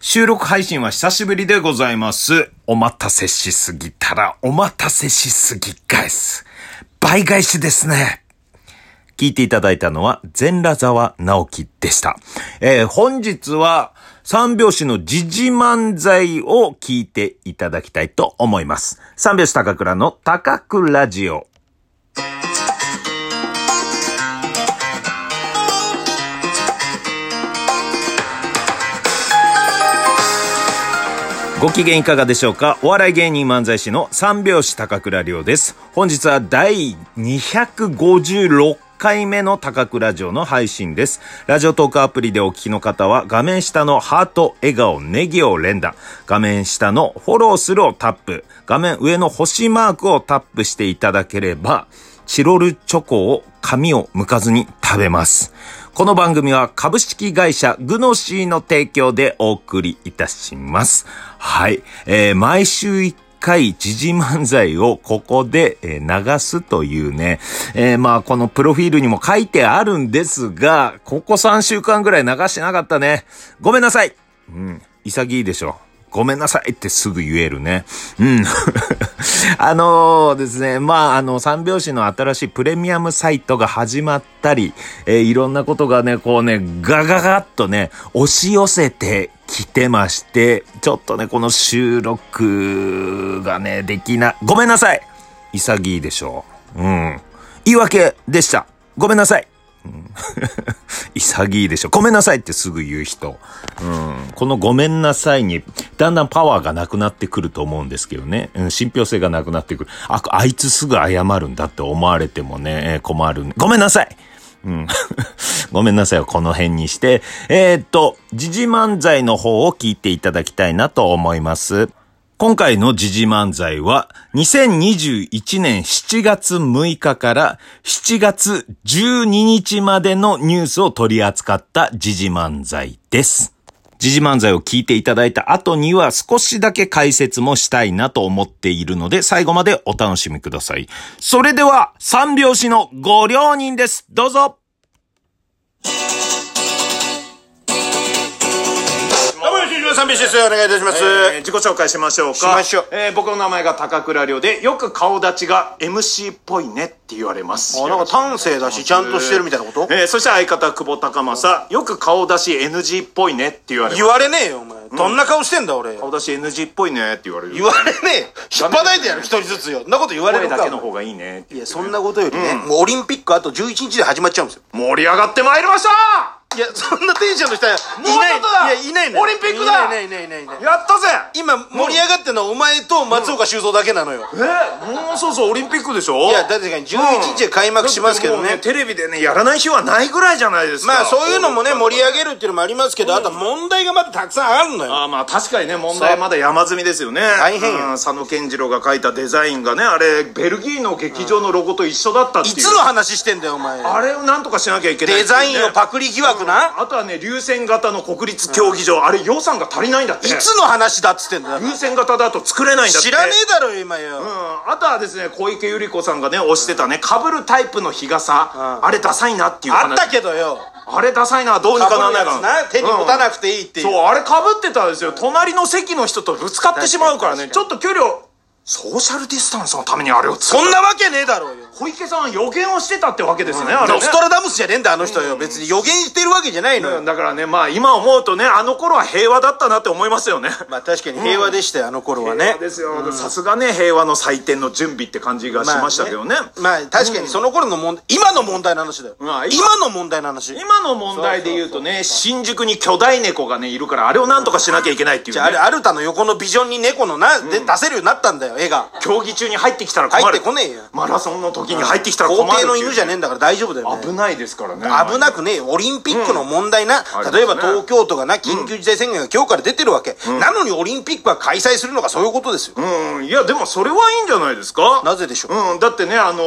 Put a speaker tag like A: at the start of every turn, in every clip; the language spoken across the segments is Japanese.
A: 収録配信は久しぶりでございます。お待たせしすぎたらお待たせしすぎ返す。倍返しですね。聞いていただいたのは、全裸沢直樹でした。えー本日は、三拍子の時事漫才を聞いていただきたいと思います。三拍子高倉の高倉ジオ。ご機嫌いかがでしょうかお笑い芸人漫才師の三拍子高倉涼です。本日は第256回目の高倉城の配信です。ラジオトークアプリでお聞きの方は画面下のハート、笑顔、ネギを連打。画面下のフォローするをタップ。画面上の星マークをタップしていただければ、チロルチョコを紙を剥かずに食べます。この番組は株式会社グノシーの提供でお送りいたします。はい。えー毎週1回時事漫才をここでえー流すというね、えーまあこのプロフィールにも書いてあるんですが、ここ3週間ぐらい流してなかったね。ごめんなさいうん。潔いでしょ。ごめんなさいってすぐ言えるね。うん。 あのーですね、まあ、あの、三拍子の新しいプレミアムサイトが始まったり、えーいろんなことがね、こうね、ガガガッとね、押し寄せてきてまして、ちょっとね、この収録がね、できな、ごめんなさい潔いでしょう。うん。言い訳でした。ごめんな さい。潔いでしょ。ごめんなさいってすぐ言う人。うん。このごめんなさいに、だんだんパワーがなくなってくると思うんですけどね。うん、信憑性がなくなってくる。あ、あいつすぐ謝るんだって思われてもね、えー困るね。ごめんなさいうん。 ごめんなさい。この辺にして。えーっと、時事漫才の方を聞いていただきたいなと思います。今回の時事漫才は、2021年7月6日から7月12日までのニュースを取り扱った時事漫才です。時事漫才を聞いていただいた後には少しだけ解説もしたいなと思っているので、最後までお楽しみください。それでは、三拍子のご両人です。どうぞ
B: どうも、吉村さん、ビシです。お願いいたします。
A: えー自己紹介しましょうか
B: しましょう
A: えー僕の名前が高倉涼でよく顔立ちが MC っぽいねって言われます
B: あ、なんか端正だし、ちゃんとしてるみたいなこと
A: えーそして相方久保孝正よく顔出し NG っぽいねって言われ
B: 言
A: ます
B: われねえよ、お前。どんな顔してんだ、俺。
A: 顔出し NG っぽいねって言われる
B: 言われねえよ。引っ張られてやる、一人ずつよ。そんなこと言われ
A: 声
B: る
A: だ
B: か
A: け。の方がいいねって
B: いや、そんなことよりね、もうオリンピックあと11日で始まっちゃうんですよ。
A: 盛り上がってまいりました
B: いや、そんなテンションの人は、もう
A: もうちょっとだ
B: いや、いないのよ
A: オリンピックだ
B: いないいないいないいない。
A: やったぜ
B: 今、盛り上がってるのはお前と松岡修造だけなのよ。
A: えーもうそうそうオリンピックでしょ
B: いや、確かに11日で開幕しますけど
A: だっ
B: ね
A: て。もうテレビでねやらない日はないぐらいじゃないですか
B: まあ、そういうのもね、盛り上げるっていうのもありますけど、あと問題がまだたくさんあるのよ。
A: ああまあ確かにね問題まだ山積みですよね
B: 大変よ
A: うん佐野健次郎が書いたデザインがねあれベルギーの劇場のロゴと一緒だったって
B: い
A: いう
B: つの話してんだよ、お前。
A: あれをなんとかしなきゃいけない
B: デザインを
A: ッ
B: パクリ疑惑な。
A: あとはね流線型の国立競技場あれ予算が足りないんだって
B: いつの話だっつってんだよ。
A: 流線型だと作れないんだって
B: 知らねえだろよ、今
A: うん
B: よ。
A: あとはですね小池百合子さんがね推してたねかぶるタイプの日傘
B: うん
A: あれダサいなっていう話
B: あったけどよ。
A: あれダサいなどうにかならないか
B: 被るや
A: な
B: つな手に持たなくていいっていう
A: そうあれ被ってたんですよ隣の席の人とぶつかってしまうからね
B: 確
A: ちょっと距離をソーシャルディスタンスのためにあれを作
B: そ
A: る
B: んなわけねえだろうよ。
A: 小池さんは予言をしてたってわけですねあれね
B: ノストラダムスじゃねえんだ、あの人よ。別に予言してるわけじゃないの
A: うん
B: よ。
A: だからねまあ今思うとねあの頃は平和だったなって思いますよね
B: まあ、確かに平和でしたよ、あの頃は
A: 平
B: ね
A: 和。ですよさすがね平和の祭典の準備って感じがしましたけどね
B: まあ、確かにその頃の問題、今の問題の話だよ。
A: まあ今
B: 今の問題の話。
A: 今の問題で言うとね新宿に巨大猫がねいるからあれをなんとかしなきゃいけないっていう
B: じゃあ、あれ、
A: ね
B: アルタの横のビジョンに猫のな、で、出せるようになったんだよ、絵が。
A: 競技中に入ってきたら困る
B: 入ってこねえよ。
A: マラソンの時に入ってきたら困
B: 皇
A: るって
B: 帝
A: いう
B: の犬じゃねえんだから大丈夫だよね。
A: 危ないですからね
B: 危なくねえよオリンピックの問題な、
A: うん
B: 例えば
A: ありますね
B: 東京都がな緊急事態宣言が今日から出てるわけ、なのにオリンピックは開催するのがそういうことですよ、
A: うんいやでもそれはいいんじゃないですか
B: なぜでしょう、
A: うんだってねあの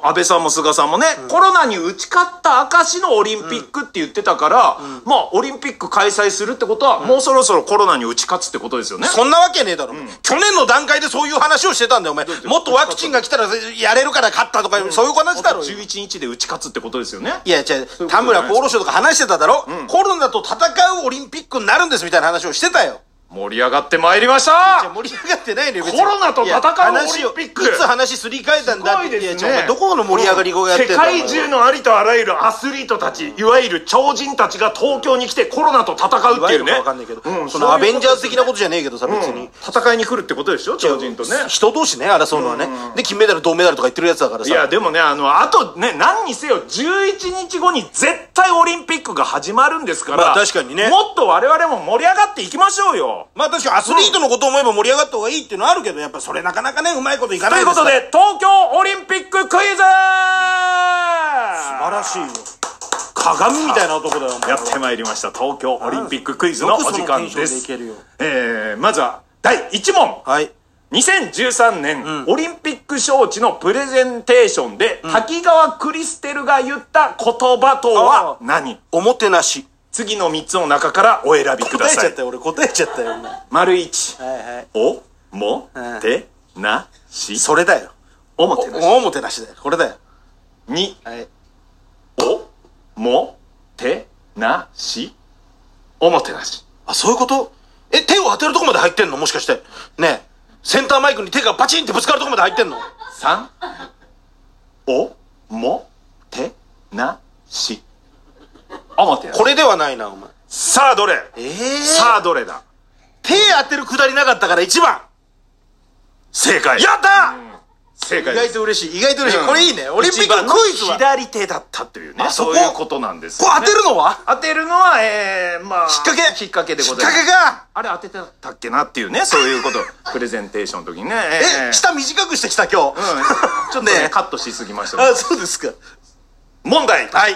A: ー安倍さんも菅さんもね、コロナに打ち勝った証のオリンピックって言ってたから、まあオリンピック開催するってことは、もうそろそろコロナに打ち勝つってことですよね
B: そんなわけねえだろ、去年の段階でそういう話をしてたんだよ、お前。もっとワクチンが来たらやれるから勝ったとか、そういう話だろ。
C: 11日で打ち勝つってことですよね。
B: いや、違う
C: うことじゃない
B: 田村厚労省とか話してただろ、コロナと戦うオリンピックになるんですみたいな話をしてたよ。
C: 盛り上がってまいりまし
B: いや
C: た
B: 盛り上がってないのよ、別に
C: コロナと戦う
B: いや話を
C: オリンピック
B: いつ話すり替えたんだって。
C: すごいですね
B: や、違うお前どこの盛り上がりをやってん
C: 世
B: だお前
C: 界中のありとあらゆるアスリートたち、いわゆる超人たちが東京に来てコロナと戦
B: いう
C: っ
B: わ
C: てい
B: ゆる
C: うね。
B: かわかんないけど、
C: うん
B: そのアベンジャーズ的な
C: こ
B: ことじゃねえけどさ、別
C: と
B: に。
C: 戦いに来るってことでしょ、超人とね。
B: 人同士ね、争うのはね。で、金メダル、銅メダルとか言ってるやつだから
C: い
B: さ。
C: や、でもね、あの、あとね、何にせよ、11日後に絶対オリンピックが始まるんですから、
B: まあ確かにね
C: もっと我々も盛り上がっていきましょうよ。
B: まあ確かにアスリートのことを思えば盛り上がった方がいいっていうのはあるけど、やっぱそれなかなかね、うまいこといか
C: と
B: ないいう
C: ことで、東京オリンピッククイズ素
B: 素
C: 晴
B: 晴らしいよ。鏡みたいな男だよ、お前
C: やってまいりました東京オリンピッククイズのお時間
B: よくそのテンション
C: で
B: でい
C: す
B: けるよ
C: えー、まずは第1問
B: はい。
C: 2013年、オリンピック招致のプレゼンテーションで、滝川クリステルが言った言葉とは何
B: おもてなし。
C: 次の3つの中からお選びく
B: 答
C: だ
B: えち
C: さ
B: ゃっ
C: い
B: たよ、俺答えちゃったよ、お前
C: 丸1、
B: はいはい。
C: おもてなし
B: それだよ。
C: おも
B: お
C: てなし
B: おもてなしだよ。これだよ。
C: 2
B: はい。
C: おもてなしおもてなし
B: あ、そういうことえ、手を当てるとこまで入ってんのもしかして。ねえ。センターマイクに手がバチンってぶつかるとこまで入ってんの
C: 三、お、も、て、な、し。おもてなし
B: これではないな、お前。
C: さあ、どれ
B: ええ
C: さあ、どれだ
B: 手当てるくだりなかったから一番
C: 正解。
B: やった
C: 正
B: 意
C: 解で
B: 外
C: す。
B: と嬉しい。意外と嬉しい。
C: うん
B: これいいね。オリンピック
C: 一番
B: の
C: の
B: クイズは。こ
C: 左手だったというね。
B: あそ
C: そ
B: こ
C: ういうことなんです
B: こ
C: よね。
B: 当てるのは
C: 当てるのは、えー、まあ。
B: きっかけ
C: きっかけでござい
B: き
C: ま
B: っ
C: す。
B: かけが
C: あれ当ててたっけなっていうね、そうい うこと。プレゼンテーションの時にね。え
B: え、下短くしてきた今
C: うん
B: 日。。
C: ちょっとね
B: ね
C: カットしすぎましたけど
B: あ、そうですか。
C: 問題
B: はい。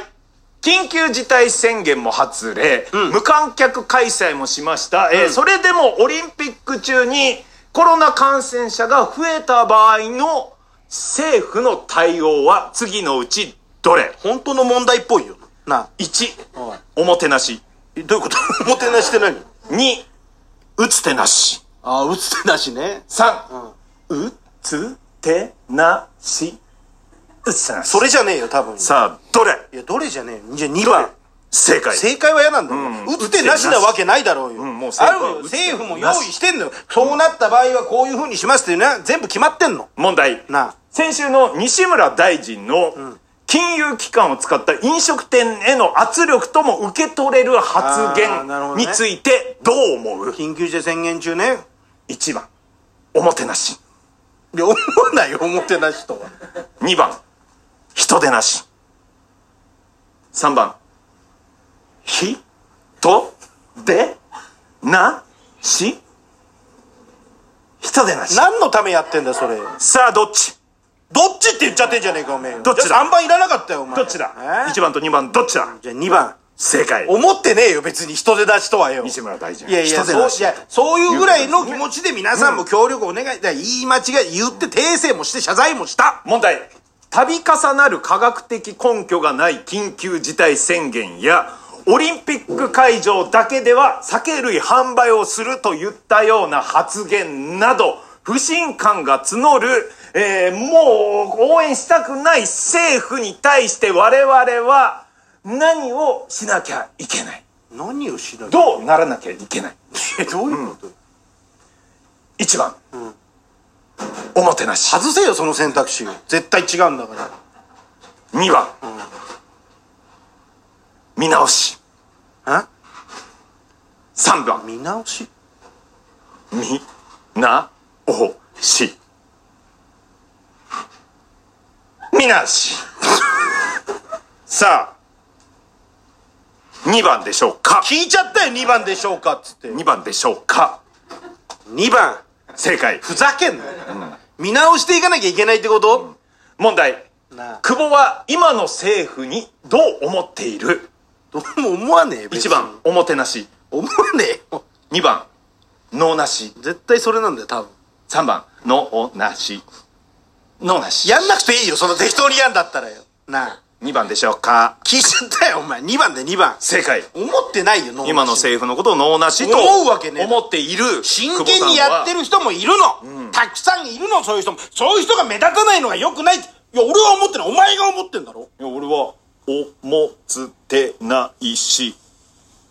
C: 緊急事態宣言も発令、無観客開催もしました、えーそれでもオリンピック中にコロナ感染者が増えた場合の政府の対応は次のうちどれ
B: 本当の問題っぽいよ。 な
C: ?1
B: おい、
C: おもてなし。
B: あどういうことおもてなしって何
C: 2、打つ手なし。
B: あ、打つてなしね。
C: 3、打つ手なし。打つ手なし。
B: それじゃねえよ、多分。い
C: さあ、どれ
B: や、どれじゃねえよ。じゃあ2番。
C: 正解。
B: 正解は嫌なんだよ。打つてなしなわけないだろうよ。
C: んもう正
B: あ
C: 解
B: るよ。
C: 打つ手なし
B: 政府も用意してんのよ。そうなった場合はこういう風にしますっていうのは全部決まってんの。
C: 問題。
B: なあ。
C: 先週の西村大臣の金融機関を使った飲食店への圧力とも受け取れる発
B: あーなるほど
C: 言
B: ね
C: についてどう思う
B: 緊急事態宣言中ね。
C: ?1 番、おもてなし。
B: いや、思わないよ、おもてなしとは。
C: 2番、人手なし。3番、ひ、と、で、な、し、人手なし。
B: 何のためやってんだよ、それ。ど
C: さあ、どっち
B: っちって言っちゃってんじゃねえか、おめえよ。
C: どっちだ
B: ?3 番いらなかったよ、お前。
C: どっちだ
B: え
C: ?1 番と2番、どっちだ
B: じゃあ2番。
C: 正解。
B: 思ってねえよ、別に人手出しとはよ。
C: 西村大臣。
B: いやいや、
C: 人手
B: そう
C: ないし
B: やそういうぐらいの気持ちで皆さんも協力お願い、だから言い間違い、言って訂正もして謝罪もした。
C: 問題度重なる科学的根拠がない緊急事態宣言やオリンピック会場だけでは酒類販売をするといったような発言など不信感が募る、えーもう応援したくない政府に対して我々は何をしなきゃいけない
B: 何をしなきゃ
C: どうならなきゃいけない
B: いやどういうこと、
C: 一番、おもてなし
B: 外せよ、その選択肢を。絶対違うんだから。
C: 二番、見直し
B: あ
C: 三番
B: 見直し
C: み、な、お、し。みなし。さあ、2番でしょうか
B: 聞いちゃったよ、2番でしょうかっつって。
C: ?2 番でしょうか
B: 2番。
C: 正解。
B: ふざけんなよ、見直していかなきゃいけないってこと、
C: 問題。
B: なあ
C: 久保は今の政府にどう思っている
B: どうも思わねえよ別
C: ?1
B: に
C: 番、おもてなし。
B: 思わねえよ
C: 2番、のなし。
B: 絶対それなんだよ多分
C: 3番、のなし。のなし。
B: やんなくていいよその適当にやんだったらよなあ
C: 2番でしょうか
B: 聞いちゃったよお前2番で2番
C: 正解。
B: 思ってないよ脳
C: 今の
B: い
C: 政府のことを脳なしと
B: 思うわけねえだろ
C: 思っている
B: 真剣にやってる人もいるの、たくさんいるの、そういう人も。そういう人が目立たないのが良くないって。いや、俺は思ってない。お前が思ってんだろ
C: いや俺は思ってないし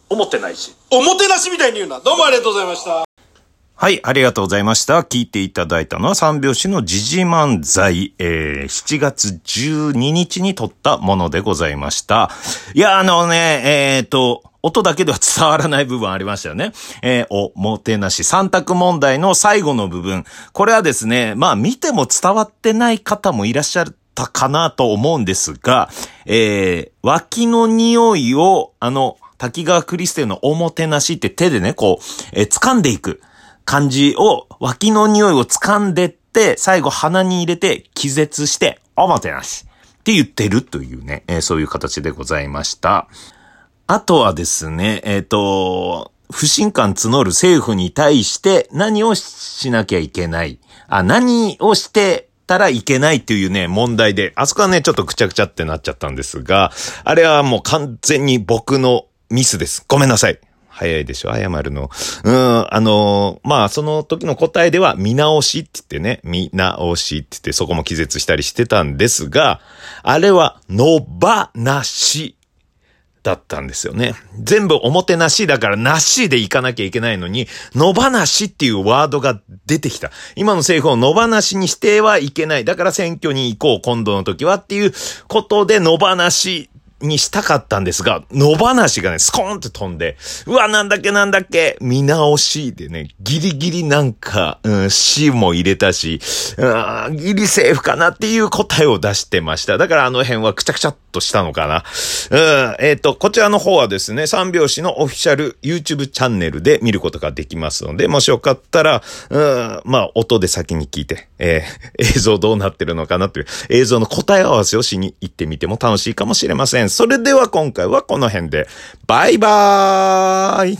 C: 思ってないし
B: おもてなしみたいに言うな。どうもありがとうございました。
A: はい、ありがとうございました。聞いていただいたのは三拍子の時事漫才、えー、7月12日に撮ったものでございました。いや、あのね、えっ、と、音だけでは伝わらない部分ありましたよね。えーおもてなし三択問題の最後の部分。これはですね、まあ見ても伝わってない方もいらっしゃったかなと思うんですが、えー、脇の匂いを、あの、滝川クリステのおもてなしって手でね、こう、えー掴んでいく。感じを、脇の匂いを掴んでって、最後鼻に入れて気絶して、おもてなしって言ってるというね、えーそういう形でございました。あとはですね、えっ、と、不信感募る政府に対して何をしなきゃいけない。あ、何をしてたらいけないっていうね、問題で、あそこはね、ちょっとくちゃくちゃってなっちゃったんですが、あれはもう完全に僕のミスです。ごめんなさい。早いでしょ謝るの。うーん、あのーまあ、その時の答えでは、見直しって言ってね、見直しって言って、そこも気絶したりしてたんですが、あれは、のばなしだったんですよね。全部おもてなしだからなしで行かなきゃいけないのに、野放しっていうワードが出てきた。今の政府を野放しにしてはいけない。だから選挙に行こう、今度の時はっていうことで野放しにしたかったんですが、野放しがね、スコーンって飛んで、うわ、なんだっけなんだっけ、見直しでね、ギリギリなんか、うん、死も入れたし、うん、ギリセーフかなっていう答えを出してました。だからあの辺はくちゃくちゃっとしたのかな。うん、えっ、と、こちらの方はですね、三拍子のオフィシャル YouTube チャンネルで見ることができますので、もしよかったら、うん、まあ、音で先に聞いて、えー 映像どうなってるのかなという、映像の答え合わせをしに行ってみても楽しいかもしれません。それでは今回はこの辺で、バイバーイ